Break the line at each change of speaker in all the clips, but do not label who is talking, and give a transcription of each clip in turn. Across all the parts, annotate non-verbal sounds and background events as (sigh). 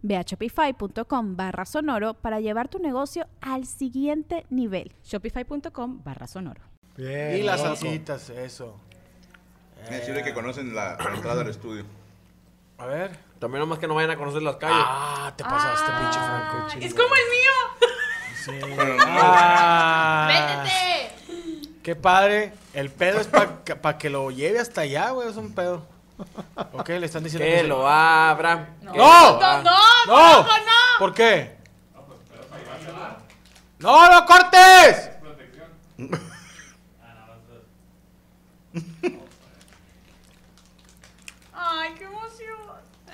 Ve a shopify.com barra sonoro para llevar tu negocio al siguiente nivel.
Shopify.com barra sonoro.
Bien,
Y la sacó.
salsitas, eso.
Decirle que conocen la, la entrada al estudio.
A ver.
También nomás que no vayan a conocer las calles.
Ah, te pasaste, pinche Franco. chido.
Es como el mío.
Pero no,
(laughs)
Ah,
Vétete.
qué padre. El pedo es para que lo lleve hasta allá, güey. Es un pedo. Ok, le están diciendo
que
se-
lo abra.
¡No!
No,
¡No!
no, no, no.
¿Por qué? ¡No, no cortes!
Ay, qué emoción.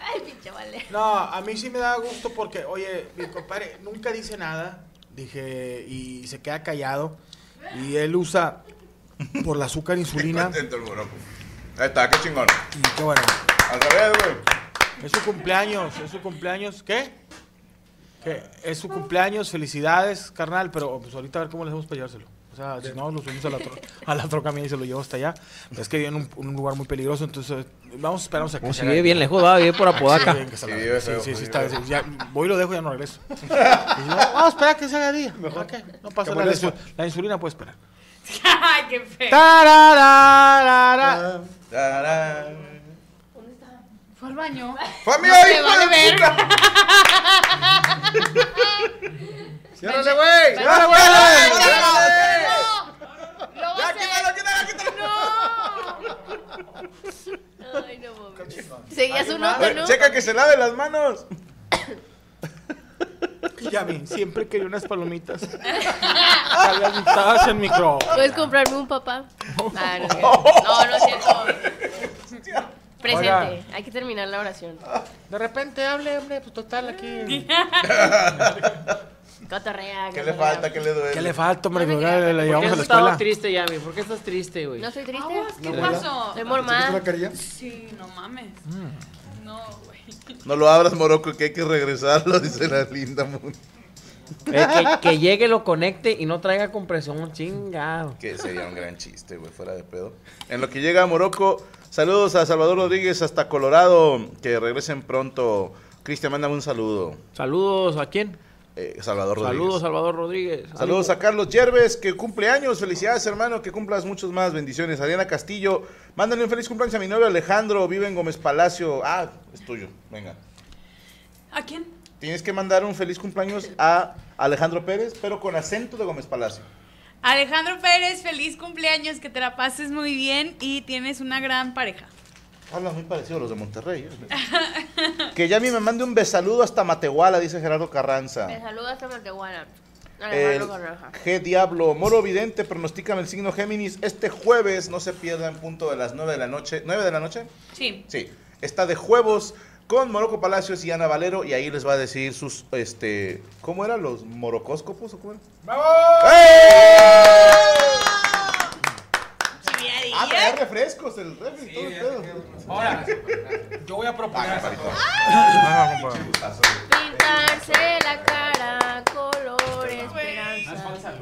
Ay, pinche vale.
No, a mí sí me da gusto porque, oye, mi compadre nunca dice nada. Dije, y se queda callado. Y él usa por la azúcar
(laughs)
insulina.
contento el moroco. Ahí está, qué chingón.
Y qué bueno.
Al revés, güey.
Es su cumpleaños, es su cumpleaños. ¿Qué? ¿Qué? Es su cumpleaños, felicidades, carnal, pero pues ahorita a ver cómo le hacemos para llevárselo. O sea, si no, lo subimos a la, tro- a la troca mía y se lo llevo hasta allá. Es que vive en un, un lugar muy peligroso, entonces eh, vamos, esperamos a que
Como si
se haga-
vive bien lejos, va, vive por
Sí,
Apodaca.
bien que se la-
Sí, vive
sí,
feo,
sí, sí,
vive
está-
feo.
sí, ya voy y lo dejo, ya no (laughs) regreso. Y yo, vamos, espera que se haga día. Mejor que no pasa nada. La, insu- la insulina puede (laughs) esperar.
Ay, qué feo.
Tarararara.
Tarán.
Fue al baño.
¡Fue a mí,
No
ay,
se vale
hijo de
ver.
puta!
(laughs) ¡Ciérrale, güey!
¡Dale, güey!
¡No! ¡Lo va a
¡Ya, quítalo,
hacer!
quítalo, quítalo!
¡No! Ay, no mames. Seguías un otro,
Güey,
¿no?
Checa que se lave las manos.
Ya ven, siempre quería unas (laughs) palomitas. Calentadas en micro.
¿Puedes comprarme
(laughs)
un papá? Ah, no,
Oh.
no, no es cierto.
(laughs)
Presente.
Oiga.
Hay que terminar la oración.
De repente hable, hombre, pues total aquí.
Cotorrea.
¿Qué le
cotorrea.
falta? ¿Qué le duele?
¿Qué le falta, hombre? Que la, la llevamos a la escuela.
triste, Yami? ¿Por qué estás triste, güey?
¿No estoy triste?
¿Qué pasó?
Soy mormada.
Sí, no mames. No, güey.
No lo abras, moroco, que hay que regresarlo, (laughs) dice la linda Moon.
que, que llegue, lo conecte y no traiga compresión, chingado.
Que sería un gran chiste, güey, fuera de pedo. En lo que llega a Morocco, saludos a Salvador Rodríguez hasta Colorado. Que regresen pronto. Cristian, mándame un saludo.
Saludos, ¿a quién?
Eh, Salvador Rodríguez.
Saludos, Salvador Rodríguez.
Saludos a Carlos Yerves, que cumple años. Felicidades, hermano, que cumplas muchos más. Bendiciones. Ariana Castillo, mándale un feliz cumpleaños a mi novio Alejandro. Vive en Gómez Palacio. Ah, es tuyo. Venga.
¿A quién?
Tienes que mandar un feliz cumpleaños a Alejandro Pérez, pero con acento de Gómez Palacio.
Alejandro Pérez, feliz cumpleaños, que te la pases muy bien y tienes una gran pareja.
Hablas muy parecido a los de Monterrey. ¿eh? (laughs) que Yami me mande un besaludo hasta Matehuala, dice Gerardo Carranza.
Me saluda hasta Matehuana.
El
Alejandro Carranza.
G Diablo, Moro Vidente, pronostican el signo Géminis. Este jueves, no se pierdan, punto de las 9 de la noche. ¿9 de la noche?
Sí. (laughs)
Sí, está de juegos con Moroco Palacios y Ana Valero y ahí les va a decir sus, este, ¿cómo eran los morocóscopos o cómo eran? Ah, traía refrescos, el refri, todo el pedo.
Ahora,
Yo voy a
Ah,
proponer.
compadrito.
Ah,
Pintarse la cara color esperanza.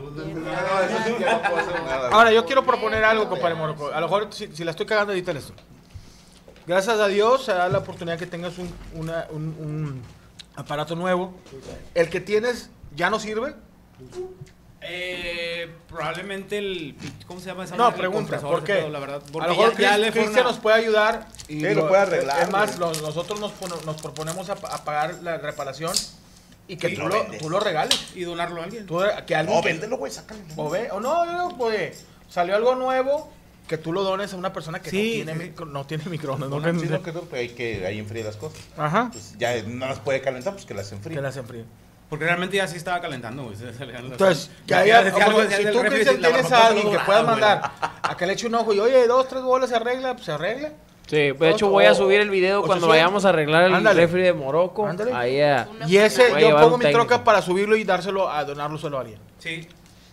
Ahora, yo quiero proponer algo, compadre Morocco. A lo mejor, si, si la estoy cagando, edítale esto. Gracias a Dios se da la oportunidad que tengas un, una- un, un aparato nuevo. El que tienes ya no sirve.
Eh, probablemente el. ¿Cómo se llama esa
No,
madre? El
pregunta,
compresor,
¿por
ese
qué?
pedo, la verdad. Porque
a lo mejor
ya, ya
Cris-
le fueron
Cristian
a-
nos puede ayudar. Y
Sí, lo puede arreglar,
Es más,
güey.
los- nosotros nos, pon- nos proponemos a, pa- a pagar la reparación y que
Y
tú,
lo
lo,
vendes.
tú lo regales.
Y donarlo a alguien.
Tú- que alguien
No,
que-
véndelo, güey, sácalo.
o ve- o no, no, no, puede. salió algo nuevo, que tú lo dones a una persona que
Sí,
no, tiene
sí, sí.
micro- no tiene microondas. No,
Una
que-
chino que otro, pero hay que ahí enfríe las cosas.
Ajá,
Pues ya no las puede calentar, pues que las enfríe.
que las enfríe.
Porque realmente ya sí estaba calentando, güey. (laughs) se- se le dan las-
Entonces, que
Ya-
haya-
ya decía algo,
porque
decía
si
el
tú,
refri,
Cristian,
la
tienes
barbacoa
a alguien que
dorada,
puedas
güey.
mandar a que le eche un ojo y, oye, dos, tres bolas se arregla, pues se arregla.
Sí, de hecho voy a subir el video cuando
800.
vayamos a arreglar el
Ándale.
refri de Morocco.
Ándale.
Ahí a-
Una
Y ese,
Voy a
yo
llevar
pongo
un
mi troca
técnico.
para subirlo y dárselo a donarlo solo a alguien.
Sí,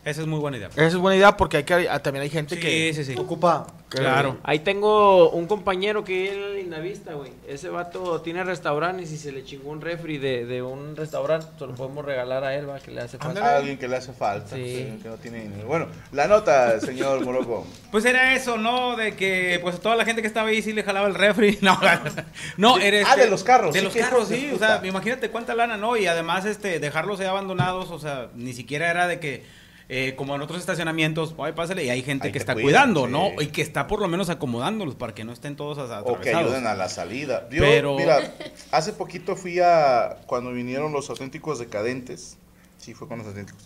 esa es muy buena idea.
Esa es buena idea porque hay que, ah, también hay gente
Sí,
que
sí, sí.
ocupa. que-
Claro.
Ahí tengo un compañero que es el Lindavista, güey. Ese vato tiene restaurantes y se le chingó un refri de, de un restaurante. Se lo podemos regalar a él, va, que le hace falta.
A alguien que le hace falta.
Sí.
sí, que no tiene dinero. Bueno, la nota, señor Moroco.
Pues era eso, ¿no? De que pues toda la gente que estaba ahí sí le jalaba el refri. (laughs) No, no
De-
eres.
ah, de los carros,
De
sí,
los
qué hijos
carros,
de
sí. O
puta.
sea, imagínate cuánta lana, ¿no? Y además, este, dejarlos ahí abandonados, o sea, ni siquiera era de que. eh, como en otros estacionamientos, ay, pásale, y hay gente
Ahí
que
te
está
cuidan,
cuidando,
sí.
¿no? Y que está por lo menos acomodándolos para que no estén todos
O
as-
que
atravesados.
ayuden a la salida. Yo,
Pero-
mira, hace poquito fui a. Cuando vinieron los auténticos decadentes. Sí, fue con los auténticos.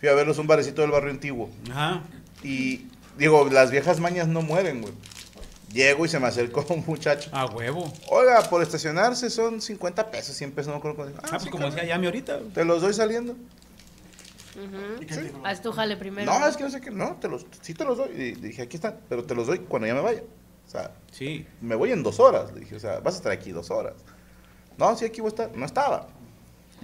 Fui a verlos a un barecito del barrio antiguo.
Ajá.
Y digo, las viejas mañas no mueren, güey. Llego y se me acercó un muchacho.
A huevo.
Oiga, por estacionarse son 50 pesos, 100 pesos, no me acuerdo cuánto.
Ah,
Ah,
pues
sí,
como decía Yami ahorita. güey.
te los doy saliendo.
Ujú. Haz tu jale primero.
No, es que no sé qué. No, te los, sí te los doy. Y dije, aquí están, pero te los doy cuando ya me vaya. O sea,
Sí.
me voy en dos horas. Le dije, o sea, vas a estar aquí dos horas. No, sí, aquí voy a estar. No estaba.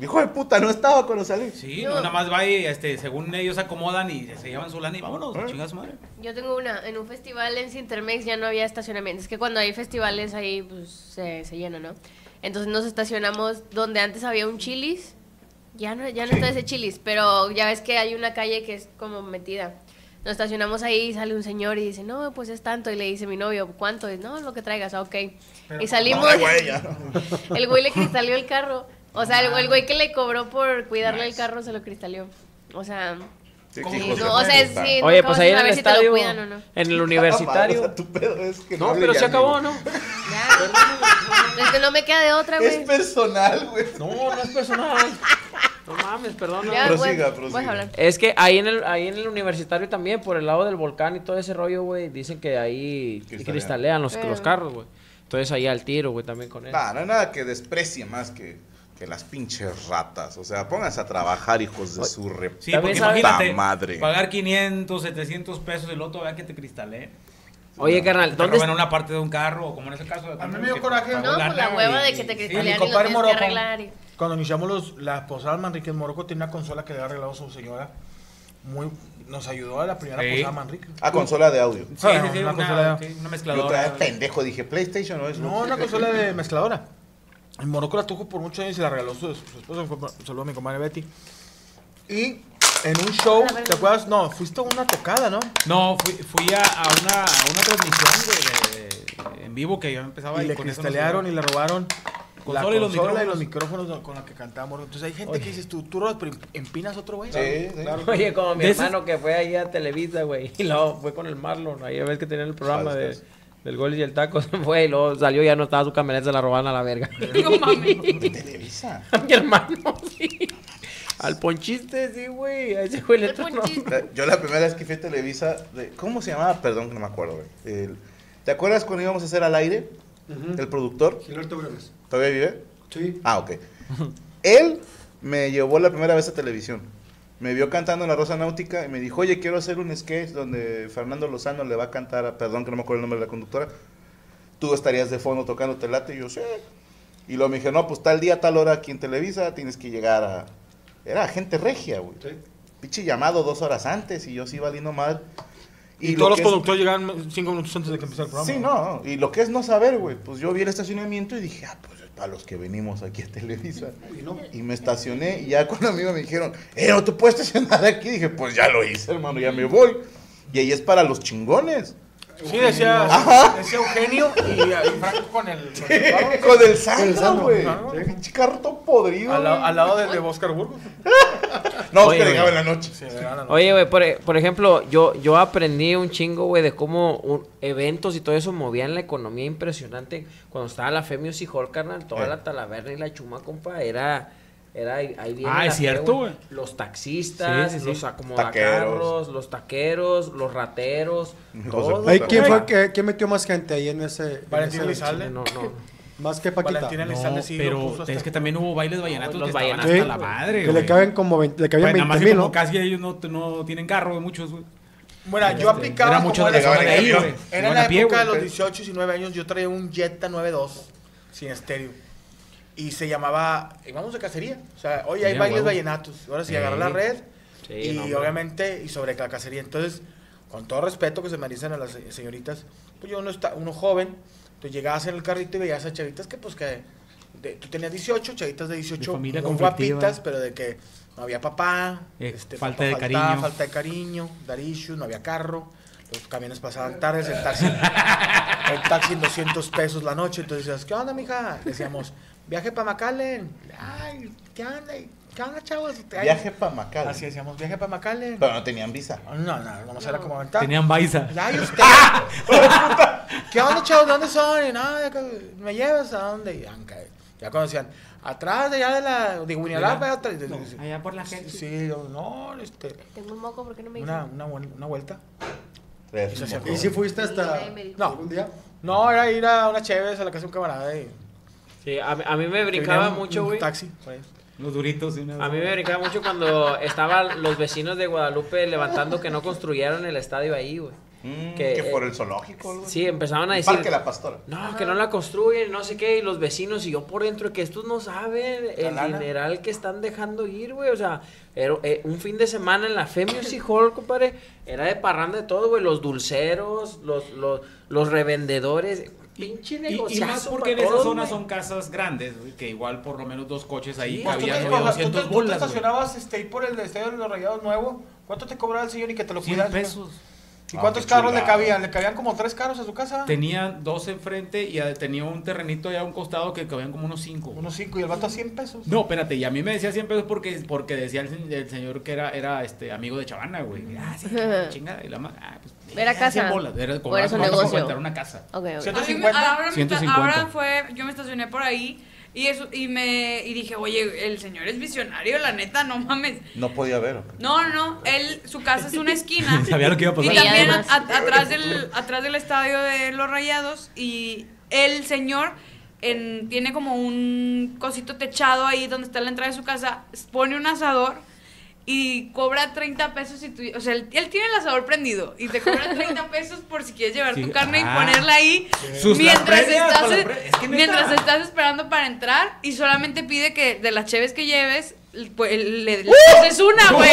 Hijo de puta, no estaba cuando salí.
Sí,
Yo-
no, nada más va y este, según ellos acomodan y se llevan su lana y vámonos,
¿Eh?
chinga su madre.
Yo tengo una. En un festival en Cintermex ya no había estacionamiento. Es que cuando hay festivales ahí, pues se, se llena, ¿no? Entonces nos estacionamos donde antes había un chilis. Ya no, ya no está ese chilis, pero ya ves que hay una calle que es como metida. Nos estacionamos ahí y sale un señor y dice, no, pues es tanto. Y le dice mi novio, ¿cuánto? Y, no, lo que traigas, ah, ok. y salimos.
Ay, güey, ya.
(laughs) El güey le cristaleó el carro. O sea, el, el güey que le cobró por cuidarle el carro se lo cristaleó. O sea,
Sí,
¿Cómo?
sí,
sí,
hijo de
no, o sea,
puta.
sí,
Oye,
nunca
pues
vas a
ahí en el
saber si te lo
estadio,
cuidan o no.
en el
Ah, o sea,
universitario.
tu pedo es que
No,
hable
pero
ya,
se acabó,
güey.
¿no?
Ya. Es que no me queda de otra,
Es
güey.
personal, güey.
No, no es personal. (laughs) No mames, perdón.
Ya,
Prosiga,
güey,
prosiga.
puedes hablar.
Es que ahí en el ahí en el universitario también, por el lado del volcán y todo ese rollo, güey, dicen que ahí
Cristalean.
cristalean, los,
Pero-
los carros, güey. Entonces ahí al tiro, güey, también con él.
Nah, no hay nada que desprecie más que, que las pinches ratas. O sea, pónganse a trabajar, hijos de su rep.
Sí,
También
porque
sabe-
imagínate,
Puta Ah, madre.
pagar 500, 700 pesos y el otro vea que te cristalee.
Oye, carnal,
Te
¿dónde
roban una parte de un carro, o como en ese caso.
A mí me dio coraje.
No, pues la hueva de que te cristalean y lo
compadre
tienes que
Morocco.
arreglar. y-
Cuando iniciamos los, las posadas Manrique en Morocco, tenía una consola que le había regalado su señora. Muy, nos ayudó a la primera
Sí.
posada Manrique.
A Ah, consola de audio.
Sí, sí, sí,
Una
una,
consola.
sí, una
Yo
mezcladora.
todavía pendejo dije, PlayStation o es
No,
(laughs)
una consola de mezcladora. En Morocco la tuvo por muchos años y se la regaló su, su esposa. mi compa- Saludo a mi comadre Betty. Y en un show,
A la verga.
¿te acuerdas? No, fuiste a una tocada, ¿no?
No, fui, fui a, a una, a una transmisión güey, de- de- en vivo que yo empezaba
Y le
con eso
cristalearon
nos-
y le robaron la
Consola y los
consola y los micrófonos con la que cantábamos. Entonces hay gente que dices, tú, tú robas, pero empinas otro güey.
Sí, sí.
Oye, como mi
De esos-
hermano que fue ahí a Televisa, güey, y luego fue con el Marlon, ahí ves que tenía el programa
Sabes,
de, del gol y el taco, (laughs) se fue y luego salió y ya no estaba su camioneta, se la robaron a la verga. (laughs)
No mames.
Televisa.
mi hermano, sí. Al ponchiste, sí, güey, a ese güey le
El
tronó.
ponchiste.
Eh, Yo la primera vez que fui a Televisa, de- ¿cómo se llamaba? Perdón, que no me acuerdo, güey. El- ¿Te acuerdas cuando íbamos a hacer al aire? El productor.
Gilberto Breves.
¿Todavía vive?
Sí.
Ah, ok. Él me llevó la primera vez a televisión. Me vio cantando en La Rosa Náutica y me dijo, oye, quiero hacer un sketch donde Fernando Lozano le va a cantar, a, perdón que no me acuerdo el nombre de la conductora, tú estarías de fondo tocando telate y yo, sí. Y luego me dije, no, pues tal día, tal hora aquí en Televisa tienes que llegar a... Era gente regia, güey.
Sí.
Pinche llamado dos horas antes y yo sí valiendo mal.
Y,
lo
todos los
que es-
conductores llegaban cinco minutos antes de que empezara el programa.
Sí, no, no. Y lo que es no saber, güey. Pues yo vi el estacionamiento y dije, ah, pues para los que venimos aquí a Televisa.
Y no.
Y me estacioné y ya cuando amigos me dijeron, eh, no te puedes estacionar aquí. Dije, pues ya lo hice, hermano, ya me voy. Y ahí es para los chingones.
Sí, decía, decía Eugenio y, eh, y Franco con el. con el barro.
(laughs) Con el
el
sano,
sano,
güey.
claro.
Pinche carro podrido.
Al, lado-
güey.
al lado del de Oscar Burgos.
No,
Oye,
que llegaba en
güey.
la noche.
Sí, de gana, ¿no?
Oye, güey, por, e- por ejemplo, yo, yo aprendí un chingo, güey, de cómo un- eventos y todo eso movían la economía impresionante. Cuando estaba la Fe Music Hall, carnal, toda
Eh.
la Talaverna y la Chuma, compa, era... Era ahí, ahí viene
Ah,
la
es
fe,
cierto, güey.
Los taxistas,
Sí, sí, sí.
los acomodacarros, los taqueros, los rateros,
Hijos
todos.
de
Ay,
puta.
¿quién,
Güey.
fue, que- ¿Quién metió más gente ahí en ese? en
Valentín
ese-
Elizalde.
No, no.
Más que Paquita.
Valentina Elizalde
No,
sí lo puso
pero
hasta-
es que también hubo bailes vallenatos
No, los
que estaban
vallenatos.
Sí.
hasta la madre,
Que
güey.
le caben como 20, le cabían
Bueno, nada más
20
que
mil,
como
¿no?
casi ellos no, no tienen carro, muchos, güey.
Mira, yo aplicaba
Este, era
como
mucho de
la-
la zona de ahí, güey.
Era
Iban
la
a pie,
época de
güey.
los 18 y 19 años, yo traía un Jetta 92 sin estéreo. Y se llamaba, íbamos de cacería. O sea, hoy hay
Sí, a
bailes
huevo.
vallenatos. Ahora sí,
Sí.
agarrar la red
Sí,
y
no, hombre.
obviamente y sobre la cacería. Entonces, con todo respeto que se me dicen a las se- señoritas, pues yo uno, está, uno joven, tú llegabas en el carrito y veías a chavitas que pues que de- tú tenías 18, chavitas de 18,
De familia
muy
conflictiva.
guapitas, pero de que no había papá,
Eh,
este,
falta
papá
de
faltaba,
cariño.
Falta de cariño, dar issues, no había carro, los camiones pasaban tardes, el
(laughs)
taxi, el taxi en 200 pesos la noche, entonces decías, ¿qué onda, mija? Decíamos, viaje para McAllen, ay, ¿qué onda? ¿Qué onda, chavos? Ay,
Viaje para Macao.
Así decíamos, viaje para McAllen.
Pero no tenían visa.
No, no, no, vamos a ver cómo aventar.
Tenían baisa.
Ay,
(laughs)
usted. ¿Qué onda, chavos? ¿De dónde son? Y nada, de acá, ¿me llevas a dónde? Y anca, ya conocían. Atrás de allá de la. de Guinalapa, otra. de- de-
Allá por la
Sí,
gente.
sí, yo, no, este.
Tengo un moco, ¿por qué no me
Una,
dicen?
una, vuel- una vuelta.
Tres,
Eso se
como-
¿Y si fuiste hasta
No.
un día?
No, era ir a una chévere a la casa de un camarada. Y
Sí, a, mí- a mí me brincaba
Tenía un-
mucho,
un
güey.
taxi. güey.
Los duritos. y una-
A mí me brincaba mucho cuando estaban los vecinos de Guadalupe levantando que no construyeron el estadio ahí, güey.
Mm,
Que,
que,
eh,
por el zoológico. algo así.
Sí, empezaban a
El
decir...
Parque La Pastora.
No, que no la construyen, no sé qué, y los vecinos y yo por dentro, que estos no saben el
lana.
dineral que están dejando ir, güey, o sea, era- eh, un fin de semana en la Fe Music Hall, compadre, era de parranda de todo, güey, los dulceros, los, los, los revendedores, pinche
Y,
negociazo.
y más porque en
pa'
esa
todos,
zona
güey.
son casas grandes, güey, que igual por lo menos dos coches ahí
Sí,
Pues tú
cabían,
te-
güey,
bajas- tú te-
200
tú te
bolas, güey.
estacionabas este, ahí por el estadio de los Rayados Nuevo. ¿Cuánto te cobraba el señor y que te lo
100
cuidas?
pesos.
¿Y
Ah,
cuántos
qué
carros le
chulada.
cabían? ¿Le cabían como tres carros a su casa?
Tenían dos enfrente y a- tenía un terrenito allá a un costado que cabían como unos cinco. güey.
Unos cinco y el vato a 100 pesos.
No, espérate, y a mí me decía 100 pesos porque, porque decía el, se- el señor que era, era este amigo de Chavana, güey. Ah, sí, chingada. Y la ma- ah, pues,
Era
eh,
casa.
100 bolas. Era como
O era su
vamos a
negocio.
rentar una casa.
Ok, ok.
Siento-
A mí me-
150.
ahora, me-
150.
ahora fue, yo me estacioné por ahí y eso y me y dije, "Oye, el señor es visionario, la neta, no mames."
No podía ver. ¿o qué?
No, no, él su casa es una esquina.
(laughs) Sabía lo que iba a
Y
pasar.
Sí,
también
además.
a- atrás del atrás del estadio de los Rayados y el señor en- tiene como un cosito techado ahí donde está la entrada de su casa, pone un asador y cobra 30 pesos si tú, o sea, él, él tiene el asador prendido y te cobra 30 pesos por si quieres llevar
Sí,
tu carne
ah.
y ponerla ahí
Sus
mientras
las previas,
estás e-,
para la pre- es que neta.
mientras estás esperando para entrar y solamente pide que de las cheves que lleves pues, le,
¡Uh!
le haces una, güey.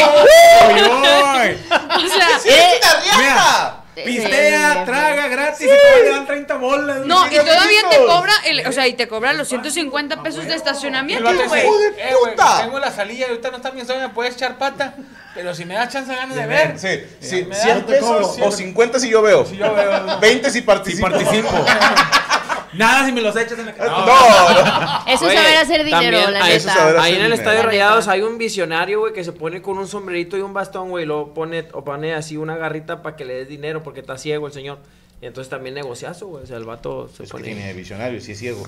O
(laughs)
sea,
Mira,
Sí, sí,
pistea,
sí.
traga gratis y todavía le dan 30 bolas. güey.
No, y
Chinga,
todavía
pito.
te cobra, el- o sea, y te cobra los
Ah,
150 pesos de
El
estacionamiento,
vato dice,
güey.
"Hijo de
Eh, güey,
puta".
tengo
Tengo la salida y ahorita no está bien, me puedes echar pata. Pero si me da chance ganas de
Ver,
ver.
sí, sí,
me da-
100
te cobro,
pesos
100.
o 50 si yo veo.
Si yo veo.
20 si
Si
participo.
participo. Nada si me los echas en la
Eh, No,
cara.
no.
Eso es
Oye,
saber hacer dinero,
también
la
a
eso
neta.
saber-
Ahí en el
dinero.
Estadio
La
Rayados
neta.
hay un visionario, güey, que se pone con un sombrerito y un bastón, güey, y luego pone, o pone así una garrita para que le des dinero porque está ciego el señor. Y entonces también negociazo, güey, o sea, el vato se
Es que
pone...
Pues tiene visionario, si es ciego.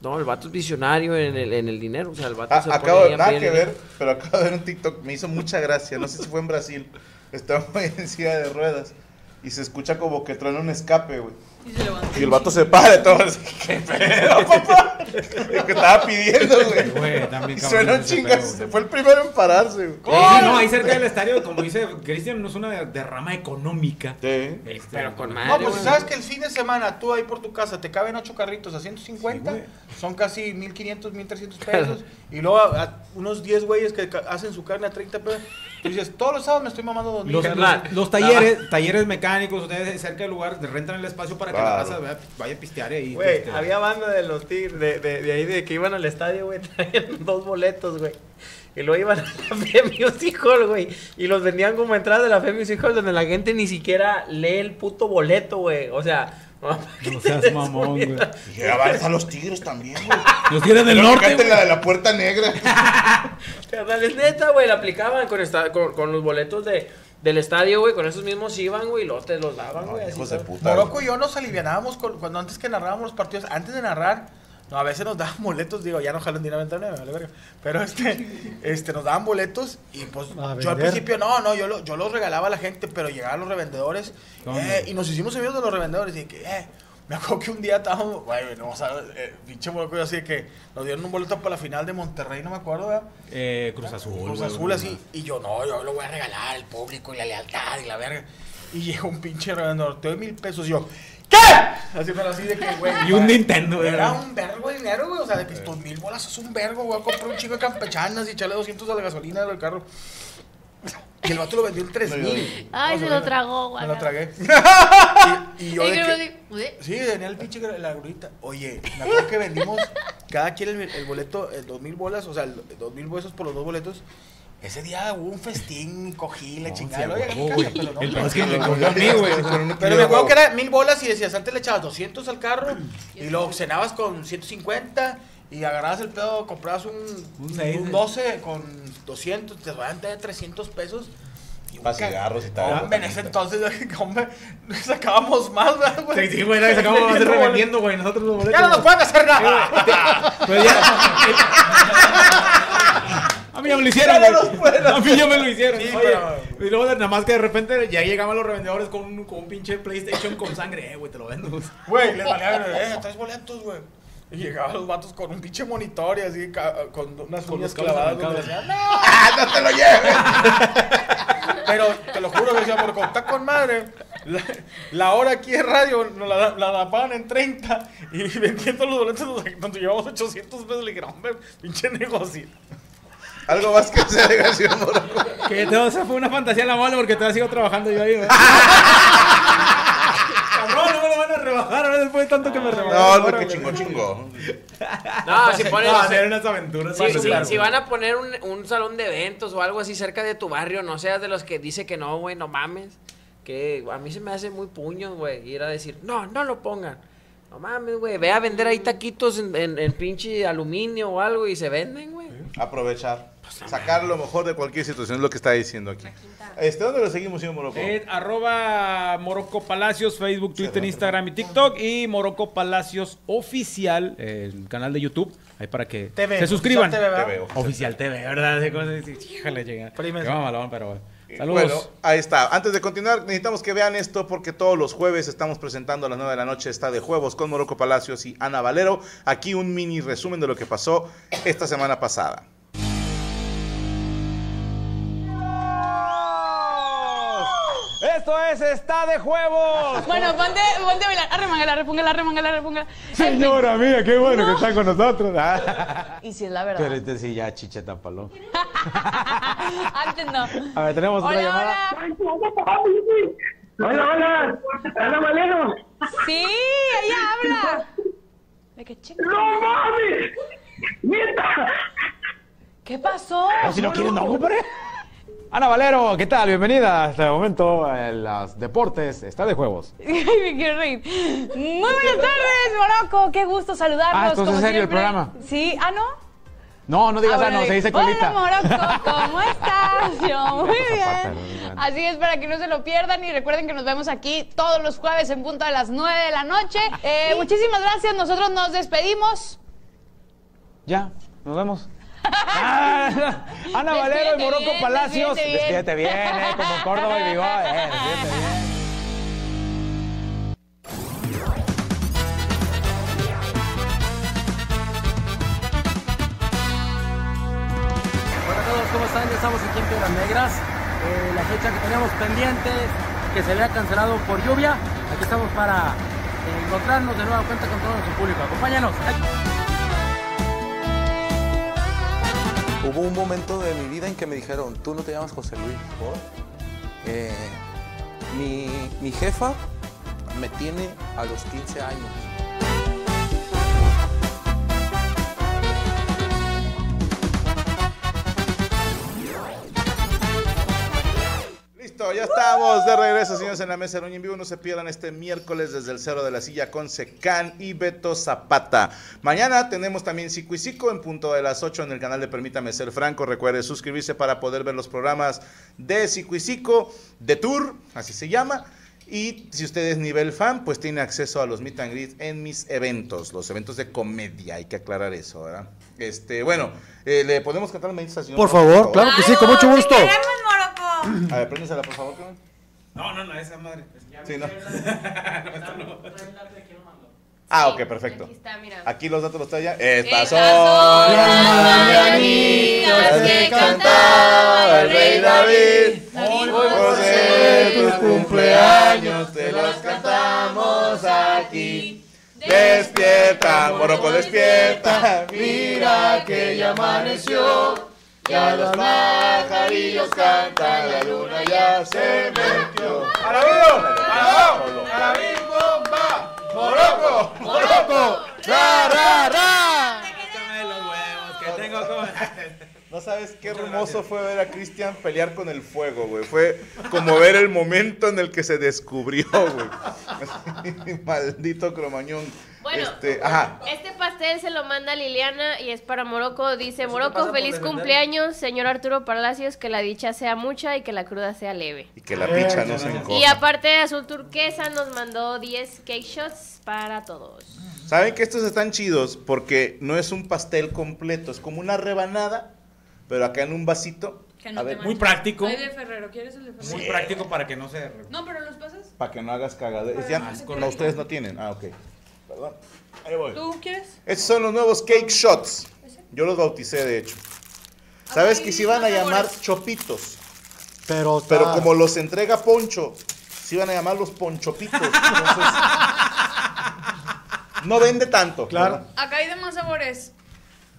No, el vato es visionario en el, en el dinero, o sea, el vato
Ah,
se pone
acabo
ahí
de
a
nada
pedir
que
dinero.
ver, pero acabo de ver un TikTok, me hizo mucha gracia, no sé si fue en Brasil. Estaba (laughs) en silla de ruedas y se escucha como que traen un escape, güey. Y el vato se para y todo así, qué pedo, papá. Lo que estaba pidiendo, güey.
Güey, también
Y
cabrón,
suena un
ese pedo,
chingas,
güey.
fue el primero en pararse, güey.
Ahí sí, no, ahí cerca del estadio, como dice Cristian, no es una derrama económica.
Sí.
Este,
Pero con madre,
No, pues si
güey.
sabes que el fin de semana tú ahí por tu casa te caben ocho carritos a 150,
Sí, güey.
son casi 1500, 1300
(laughs)
pesos. y luego a- a unos 10 güeyes que ca- hacen su carne a 30 pesos. Tú dices, todos los sábados me estoy mamando dos mil.
Los,
Carnal,
los- los
nada
talleres, talleres mecánicos, ustedes cerca del lugar rentan el espacio para que
Claro.
la raza vaya, vaya a pistear ahí.
Güey,
este.
había banda de los tigres, de, de, de ahí de que iban al estadio, güey, (laughs) traían dos boletos, güey. Y luego iban a la (laughs) Fe Music Hall, güey. Y los vendían como entradas de la Fe Music Hall, donde la gente ni siquiera lee el puto boleto, güey. O sea, (laughs) no,
No seas mamón, güey.
Y avanza los tigres también, (laughs) güey.
Los tigres del
No,
norte.
cántale
güey.
la de la puerta (laughs) negra.
carnal, es neta, güey, la aplicaban con, esta- con, con los boletos de, del estadio, güey. Con esos mismos iban, güey, y los te los daban,
No,
güey. así
hijos de
todo.
puta.
Morocco
güey.
y yo nos alivianábamos con- cuando antes que narrábamos los partidos, antes de narrar, No, a veces nos daban boletos, digo, ya no jalan dinero ventana, me vale verga. Pero este, este, nos daban boletos y pues
A
yo
vender.
al principio no, no, yo, lo- yo los regalaba a la gente, pero llegaban los revendedores
¿Dónde?
eh, y nos hicimos amigos de los revendedores. Y que, eh, me acuerdo que un día estábamos, güey, no, o sea, eh, pinche moloco, yo así de que nos dieron un boleto para la final de Monterrey, no me acuerdo, ¿verdad?
Eh, Cruz Azul.
Cruz
güey,
Azul
güey,
así. Y yo, no, yo lo voy a regalar al público y la lealtad y la verga. Y llegó un pinche revendedor, te doy mil pesos. Y yo, ¿qué? Así, pero así de que, güey.
(laughs) Y un Nintendo, güey.
Era un vergo de dinero, güey. O sea, de que tus mil bolas es un vergo, güey. Compré un chico de campechanas y echarle 200 a la gasolina del carro. Y el vato lo vendió en 3 mil.
Ay, se lo tragó, güey.
Me lo
(laughs)
tragué. Y, y yo de que- Sí, tenía el pinche gr- la grulita. Oye, me acuerdo que vendimos cada quien el, el boleto, el 2000 bolas, o sea, el 2000 pesos por los dos boletos. Ese día hubo un festín, cogí la chingada. Oye, cállate,
güey.
pero no,
El
pero-
es que me cogió a mí, güey.
Sí, con un
Pero me acuerdo
huevo.
que era mil bolas y decías, antes le echabas 200 al carro y luego cenabas con 150 y agarrabas el pedo, comprabas un,
Un seis,
un
eh.
12 con 200, te van a dar 300 pesos. Y un
Pa'
ca-
cigarros y tal. Ah,
Hombre, en ese entonces, (laughs) hombre, sacábamos más, ¿verdad, güey?
Sí, sí, güey, ahí se acabamos
(laughs)
de hacer
Vendiendo boletos.
revendiendo, güey. Nosotros los boletos.
Ya no nos pueden hacer nada.
Pero ya- A mí ya me lo hicieron,
Ya no
güey.
nos pueden
A mí ya me lo hicieron.
Sí,
Oye,
pero-
Y luego de- nada más que de repente ya llegaban los revendedores con un, con un pinche PlayStation con sangre. Eh, güey, te lo vendo.
Güey, les valía ver, eh, tres boletos, güey. Y llegaban los vatos con un pinche monitor y así, ca- con unas
Con
uñas
los cables
clavadas.
arrancados.
güey, decían, "No".
Ah,
Pero te lo juro, decía, por contar con madre. La, la hora aquí en radio nos la, da- la, pagan en 30 y vendiendo los boletos nos, nos llevamos 800 pesos. Le dijeron, hombre, pinche negocio.
Algo más que hacer, García Moreno.
Que todo eso fue una fantasía en la mole porque todavía sigo trabajando yo
(laughs)
ahí, güey. Cabrón, no me lo van a rebajar ahora después de tanto que me rebajaron.
No,
ahora,
porque
güey.
chingó, chingó.
No, si
(laughs)
ponen.
No, hacer unas aventuras.
si, si-
güey.
si van a poner un, un salón de eventos o algo así cerca de tu barrio, no seas de los que dice que no, güey, no mames. Que a mí se me hace muy puño, güey, ir a decir, no, no lo pongan. No mames, güey, ve a vender ahí taquitos en, en- en pinche aluminio o algo y se venden, güey.
Aprovechar. Sacar lo mejor de cualquier situación es lo que está diciendo aquí. Este, ¿Dónde lo seguimos, señor Moroco?
En Eh, arroba Morocco Palacios, Facebook, Twitter, Instagram y TikTok. Y Morocco Palacios Oficial, eh, el canal de YouTube. Ahí para que
Te veo,
se suscriban.
ya te veo.
Te veo.
Oficial TV, ¿verdad? Esa cosa, sí, Híjole, llega. Qué
Primes.
mamalón, pero bueno.
Eh,
Saludos.
Bueno, ahí está. Antes de continuar, necesitamos que vean esto porque todos los jueves estamos presentando a las 9 de la noche está de juegos con Moroco Palacios y Ana Valero. Aquí un mini resumen de lo que pasó esta semana pasada.
Esto es Está de Juegos.
Bueno, ponte, ponte a bailar. Arremangala, repúngala, arremangala, repúngala.
Señora mía, qué bueno que están con nosotros. Ah.
Y si es la verdad.
Pero este sí ya chicha tapalón.
(laughs) Antes no.
A ver, tenemos otra llamada.
Hola, hola. Ana Valero.
Sí, ella habla. De que chinga.
¡No mames! ¡Neta!
¿Qué pasó?
No, si no quieren, no, compadre. Ana Valero, ¿qué tal? Bienvenida hasta el momento en los deportes. Está de juegos.
(laughs) Ay, me quiero reír. Muy buenas tardes, Morocco. Qué gusto saludarnos.
Ah, esto es
como
en serio, el
siempre.
programa.
Sí, ah, no.
No, no digas,
Ah,
ah,
bueno,
no, se dice
Hola,
colita.
Morocco, ¿cómo estás? Yo, muy
Zapata,
bien. Así es, para que no se lo pierdan y recuerden que nos vemos aquí todos los jueves en punto de las 9 de la noche. Eh, Muchísimas gracias, nosotros nos despedimos.
Ya, nos vemos. Ah, Ana Valero y
Despídete
Morocco
bien,
Palacios.
despídete
Despídete
bien.
bien, eh, como Córdoba y Vigor. eh, despídete bien.
Hola a todos, ¿cómo están? Ya estamos aquí en Piedras Negras. Eh, la fecha que teníamos pendiente, que se había cancelado por lluvia, aquí estamos para eh, encontrarnos de nueva cuenta con todo nuestro público. Acompáñanos.
Hubo un momento de mi vida en que me dijeron, tú no te llamas José Luis. Eh, mi, mi jefa me tiene a los 15 años.
Listo, ya estamos de regreso, señores, en la mesa de Uña en vivo. No se pierdan este miércoles desde el Cerro de la Silla con Secán y Beto Zapata. Mañana tenemos también Cico y Cico en punto de las 8 en el canal de Permítame Ser Franco. Recuerde suscribirse para poder ver los programas de Cico y Cico, de Tour, así se llama. Y si usted es nivel fan, pues tiene acceso a los meet and greet en mis eventos, los eventos de comedia, hay que aclarar eso, ¿verdad? Este, bueno, eh, ¿le podemos cantar la meditación?
Por favor, claro que sí, con mucho gusto.
A ver, préndesela, por favor. cabrón.
No, no, no, esa madre.
Sí, (laughs) no.
no,
Ah, ok, perfecto. Aquí
está, mira.
Aquí los datos los trae ya. Estas son
son
las
mañanitas que cantaba
el rey David. Hoy por ser tu cumpleaños te las cantamos aquí. Despierta, moroco, despierta. Mira que ya amaneció. Ya los pajarillos cantan, la luna ya se metió. ¡Maravillo! ¡Maravillo! ¡Maravillo! ¡Bomba! ¡Moroco! ¡Moroco! ¡Ra, ra, ra! No sabes qué hermoso fue ver a Cristian pelear con el fuego, güey. Fue como ver el momento en el que se descubrió, güey. (laughs) Maldito cromañón.
Bueno,
Este, ajá.
Este pastel se lo manda Liliana y es para Morocco. Dice,
pasa
Morocco,
por
feliz
defender.
cumpleaños, señor Arturo Palacios, que la dicha sea mucha y que la cruda sea leve.
Y que la picha no se
Y
encoja.
aparte, Azul Turquesa nos mandó 10 cake shots para todos.
¿Saben que estos están chidos? Porque no es un pastel completo, es como una rebanada, pero acá en un vasito.
Que
A
no te
ver,
manches.
muy práctico.
Hay de Ferrero, ¿quieres el de Ferrero?
Muy práctico
para que no se...
No, pero los pasas.
Para que no hagas cagadero.
Para
Ya,
no hacer
no,
cagadero.
ustedes no tienen. Ah, ok. Perdón. Ahí voy.
¿Tú quieres?
Estos son los nuevos cake shots. Yo los bauticé, de hecho. ¿Sabes que si van a llamar chopitos?
Pero,
Pero
Ah.
como los entrega Poncho, se iban a llamar los ponchopitos. Entonces, no vende tanto. Claro.
Acá hay de más sabores.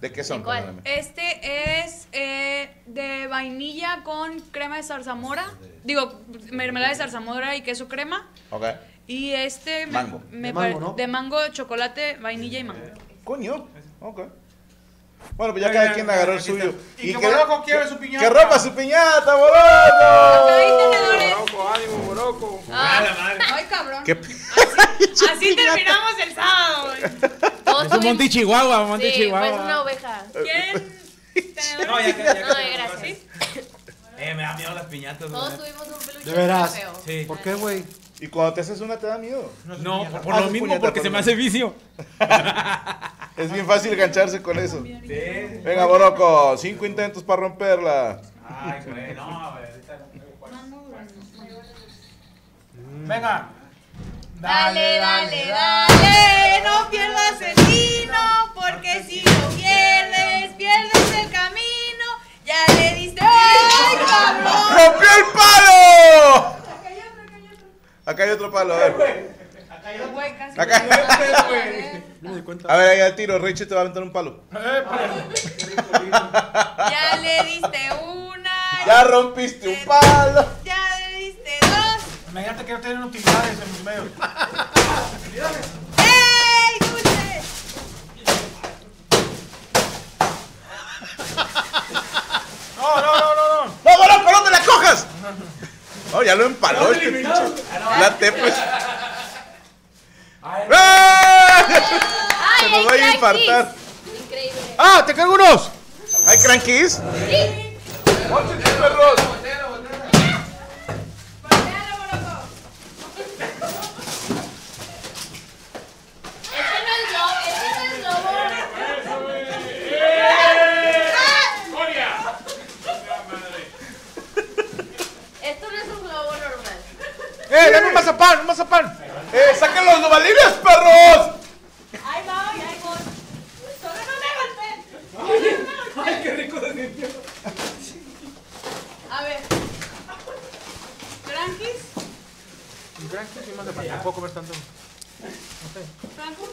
¿De qué son? Perdóname.
Este es eh, de vainilla con crema de zarzamora. Digo, mermelada de zarzamora y queso crema.
Ok.
Y este me-
Mango. Eh.
me
De mango,
pare-
¿no?
de mango, chocolate, vainilla y mango.
Coño. Ok. Bueno, pues ya cada quien agarró el suyo.
Y que Morocco quiere su piñata.
¡Que rompa su piñata, boludo!
Morocco,
ánimo, Morocco.
Ay, cabrón.
¿Qué
Así terminamos el sábado.
Es un monte chihuahua, monte chihuahua.
pues, oveja.
¿Quién?
No, ya, ya, ya.
gracias. (laughs)
Eh, me da miedo las piñatas, güey.
Todos tuvimos un peluche.
De veras.
muy feo.
Sí.
¿Por qué, güey?
¿Y cuando te haces una te da miedo?
No, por, por lo mismo, porque se me hace vicio.
Es bien fácil gancharse con eso. Venga, Boroco, cinco intentos para romperla.
Ay, güey, no, güey.
Mm.
Venga.
Dale, dale, dale, no pierdas el vino, porque si lo pierdes, pierdes el camino. Ya le diste, ¡ay, cabrón!
¡Rompió el palo! Acá hay otro palo, a ver.
Güey, casi
Acá.
me
(laughs)
muero.
A ver, ahí al tiro, Richie te va a aventar un palo.
Ya le diste una.
Ya rompiste un palo.
Ya le diste dos.
Imagínate que no tienen utilidades en los medios.
¡Ey, dulce!
No, no, no, no, no.
¡No, Boroco, no te la cojas! No, ya lo empaló este pinche. pues. La tepes. ¡Eh! (laughs) Se nos va a infartar.
Increíble.
¡Ah! ¡Te cargo unos! ¿Hay crankies?
Sí.
perros!
Este no es lobo, este no es lobo.
¡Eh!
Esto no es un globo normal.
¡Eh, dame un mazapán, un mazapán! ¡Eh, saquen los novalines, perros!
Ahí voy, ahí voy. Solo no me golpeen. Solo no me golpeen.
Ay, qué rico se sintió.
A ver. Crankies.
Gracias, sí, más de pan. No puedo comer tanto.
Franco.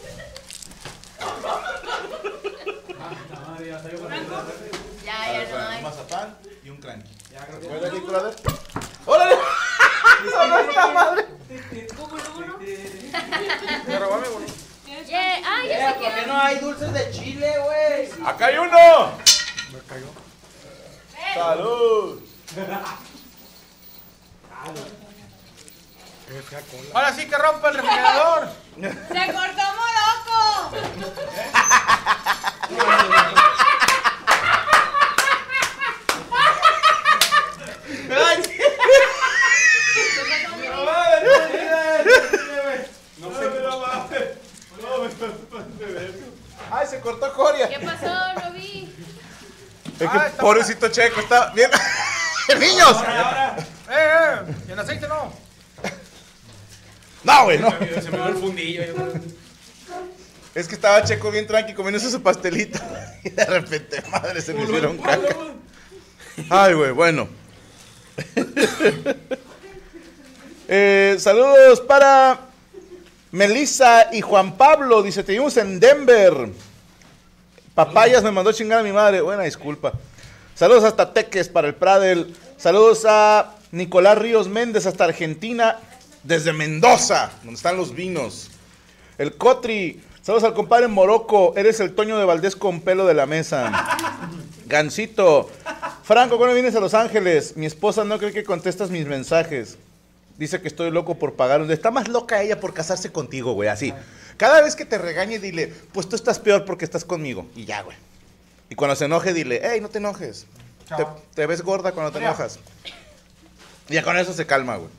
Ya, ya no hay.
mazapán y un cranky. ¿Recuerdas, Nicolás? ¡Órale! ¡Sonó esta madre!
Me robó mi bolita.
Yeah. Ah,
Eh,
ya sé
¿Por qué no hay dulces de chile, güey?
¡Acá hay uno! ¡Salud!
Ahora sí que rompa
(laughs)
el refrigerador.
¡Se cortó Morocco!
Ay, sí. No, madre,
se cortó Coria.
¿Qué pasó? No vi.
Es que pobrecito Checo está bien. (laughs) ¡Niños!
¡Eh, eh! ¿Y en aceite no?
No, güey, no.
Se me va el fundillo. yo creo.
Es que estaba Checo bien tranqui comiéndose su pastelito. (laughs) Y de repente, madre, se me hicieron caca. Ay, güey, bueno. (laughs) Eh, saludos para Melissa y Juan Pablo. Dice, te vimos en Denver. Papayas me mandó chingar a mi madre. Buena disculpa. Saludos hasta Teques para el Pradel. Saludos a Nicolás Ríos Méndez hasta Argentina. Desde Mendoza, donde están los vinos. El Cotri. Saludos al compadre Morocco. Eres el Toño de Valdés con pelo de la mesa. Gancito. Franco, ¿cuándo vienes a Los Ángeles? Mi esposa no cree que contestas mis mensajes. Dice que estoy loco por pagar. un- Está más loca ella por casarse contigo, güey. Así. Cada vez que te regañe, dile, pues tú estás peor porque estás conmigo. Y ya, güey. Y cuando se enoje, dile, hey, no te enojes. Te, te ves gorda cuando te enojas. Y ya con eso se calma, güey.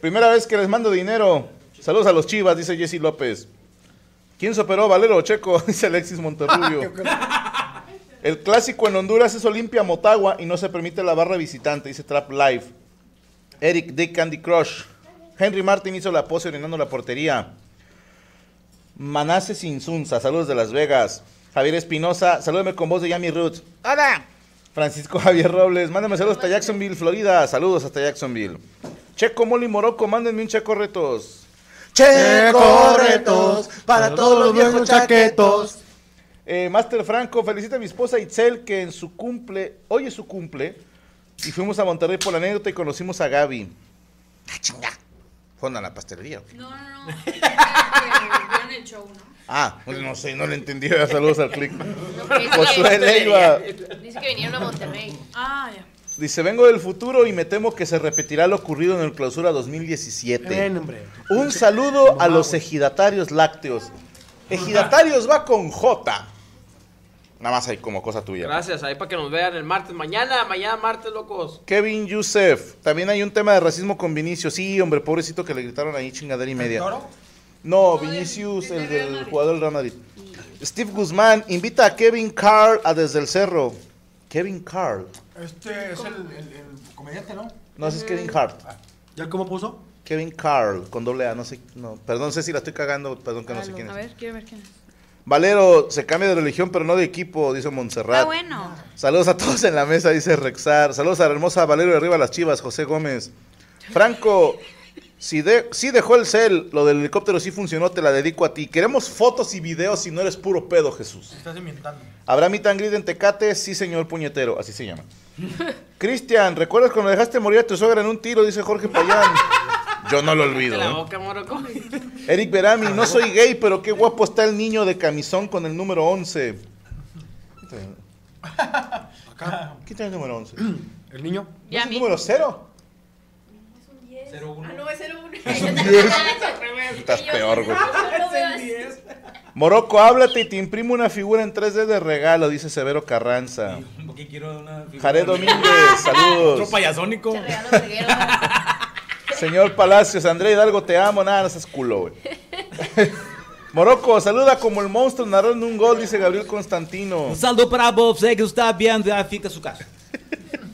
Primera vez que les mando dinero. Saludos a los chivas, dice Jesse López. ¿Quién se operó, Valero o Checo? (laughs) Dice Alexis Monterrubio. El clásico en Honduras es Olimpia Motagua y no se permite la barra visitante, dice Trap Live. Eric Dick Candy Crush. Henry Martin hizo la pose orinando la portería. Manasse Sinsunza, saludos de Las Vegas. Javier Espinosa, salúdame con voz de Yami Roots. ¡Hola! Francisco (laughs) Javier Robles, mándame saludos hasta Jacksonville, Florida. Saludos hasta Jacksonville. Checo Moli Morocco, mándenme un Checo Retos.
Checo Retos, para todos los viejos chaquetos.
Eh, Master Franco, felicita a mi esposa Itzel que en su cumple, hoy es su cumple, y fuimos a Monterrey por la anécdota y conocimos a Gaby. ¡Ah, chinga! ¿Fueron a la pastelería o qué?
No, no, no. Vieron el show, ¿no?
Ah, pues no sé, no le entendí. (laughs) Saludos al click.
Dice
Josué
que-
Leiva
Dice que vinieron a Monterrey.
Ah, ya.
dice, vengo del futuro y me temo que se repetirá lo ocurrido en el clausura 2017.
Ven, hombre.
Un saludo a los ejidatarios lácteos. Ejidatarios va con J. Nada más hay como cosa tuya.
Gracias, ahí para que nos vean el martes. Mañana, mañana martes, locos.
Kevin Youssef. También hay un tema de racismo con Vinicius. Sí, hombre, pobrecito que le gritaron ahí chingadera y media. No, Vinicius, el del jugador del Real Madrid. Steve Guzmán invita a Kevin Carl a Desde el Cerro. Kevin Carl.
Este es el, el, el comediante, ¿no?
No, ese es Kevin Hart.
¿Ya cómo puso?
Kevin Carl, con doble A, no sé, no, perdón, sé si la estoy cagando, perdón que Ah, no sé quién
A
es.
ver, quiero ver quién es.
Valero se cambia de religión, pero no de equipo, dice Montserrat.
Está bueno.
Saludos a todos en la mesa, dice Rexar. Saludos a la hermosa Valero de Arriba Las Chivas, José Gómez. Franco, si, de- si dejó el cel, lo del helicóptero sí funcionó, te la dedico a ti. Queremos fotos y videos si no eres puro pedo, Jesús.
Estás inventando.
¿Habrá meet and greet en Tecate? Sí, señor puñetero, así se llama. Cristian, ¿recuerdas cuando dejaste morir a tu sogra en un tiro? Dice Jorge Payán. Yo no lo olvido.
De la
¿eh?
boca, moroco.
Eric Berami, no soy gay, pero qué guapo está el niño de camisón con el número 11. ¿Quién tiene el número 11? ¿El niño? ¿No es el número 0?
Ah, no, es 01. (laughs)
Es un 10. Estás peor, güey.
"Ah,
Morocco, háblate y te imprimo una figura en 3D de regalo, dice Severo Carranza.
Porque quiero una figura.
Jared Domínguez, saludos.
Otro payasónico.
Señor Palacios, André Hidalgo, te amo, nada, no seas culo, güey. (laughs) Morocco, saluda como el monstruo narrando un gol, dice Gabriel Constantino.
Um saludo para você que está viendo a fita su casa.
(laughs)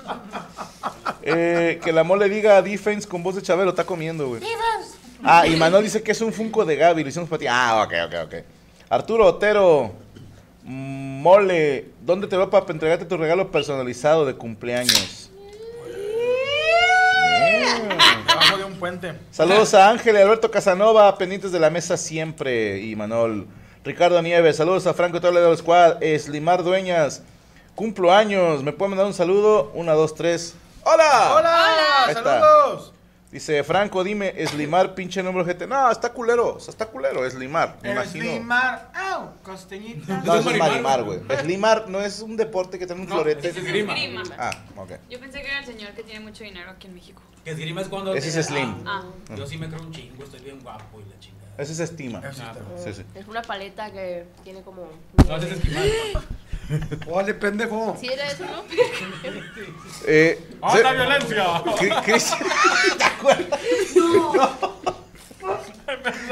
Eh, que la mole diga defense con voz de Chabelo, está comiendo, güey. Ah, y Manuel dice que es un Funko de Gaby, lo hicimos para ti. Ah, ok, ok, ok. Arturo Otero, mm, mole, ¿dónde te veo para entregarte tu regalo personalizado de cumpleaños?
Abajo de un puente.
Saludos a Ángel y Alberto Casanova, pendientes de la mesa siempre, y Manol. Ricardo Nieves, saludos a Franco Toledo del Squad, Eslimar Dueñas, cumplo años, ¿me pueden mandar un saludo? Una, dos, tres. ¡Hola!
¡Hola!
Ahí está.
¡Saludos!
Dice, Franco, dime, Eslimar, pinche número gente. No, está culero, o sea, está culero, Eslimar, me imagino.
Eslimar. ¡Au! Costeñita.
No, eso es marimar, güey. Eslimar no es un deporte que tiene un
No,
florete.
es esgrima. Esgrima.
Ah, ok.
Yo pensé que era el señor que tiene mucho dinero aquí en México.
Que esgrima es cuando.
Ese es slim.
Ah.
Yo sí me creo un chingo, estoy bien guapo y la chingada.
Eso es estima. (laughs) Sí, sí.
Es una paleta que tiene como.
No, ese es
Ole, pendejo.
Sí, era eso,
(laughs)
¿no?
Eh,
¡Alta violencia!
Cri- Cristian-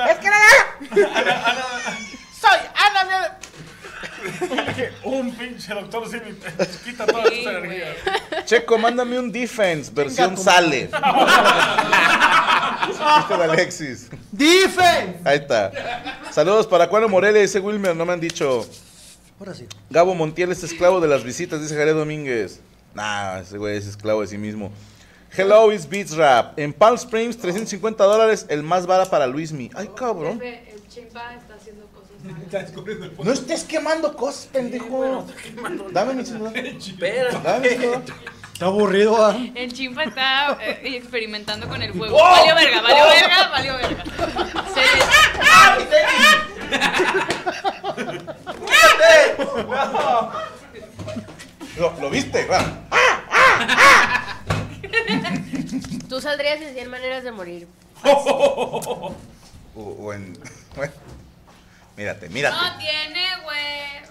¡Es que era! ¡Soy Ana Violencia!
Pinche doctor sí
(laughs)
me quita todas tus energías.
Checo, mándame un defense, versión sale. Chiste de Alexis.
¡Defense!
Ahí está. Saludos para Cuano Morelia, dice Wilmer, no me han dicho.
Ahora sí.
Gabo Montiel es esclavo de las visitas, dice Jared Domínguez. Nah, ese güey es esclavo de sí mismo. Hello is Beats Rap. En Palm Springs, 350 dólares, el más vara para Luismi. Ay, cabrón.
El chimba está haciendo cosas malas.
No estés quemando cosas, pendejo. Dame mi celular. Dame mi celular.
Está aburrido, ¿ah?
(laughs) El chimpa está eh, experimentando con el fuego.
¡Oh!
Valió verga, valió
¡Oh!
verga, valió (laughs) verga.
Lo, lo viste, va.
Tú saldrías de 100 maneras de morir.
O, o en. (laughs) bueno. Mírate, mírate.
No tiene huevos.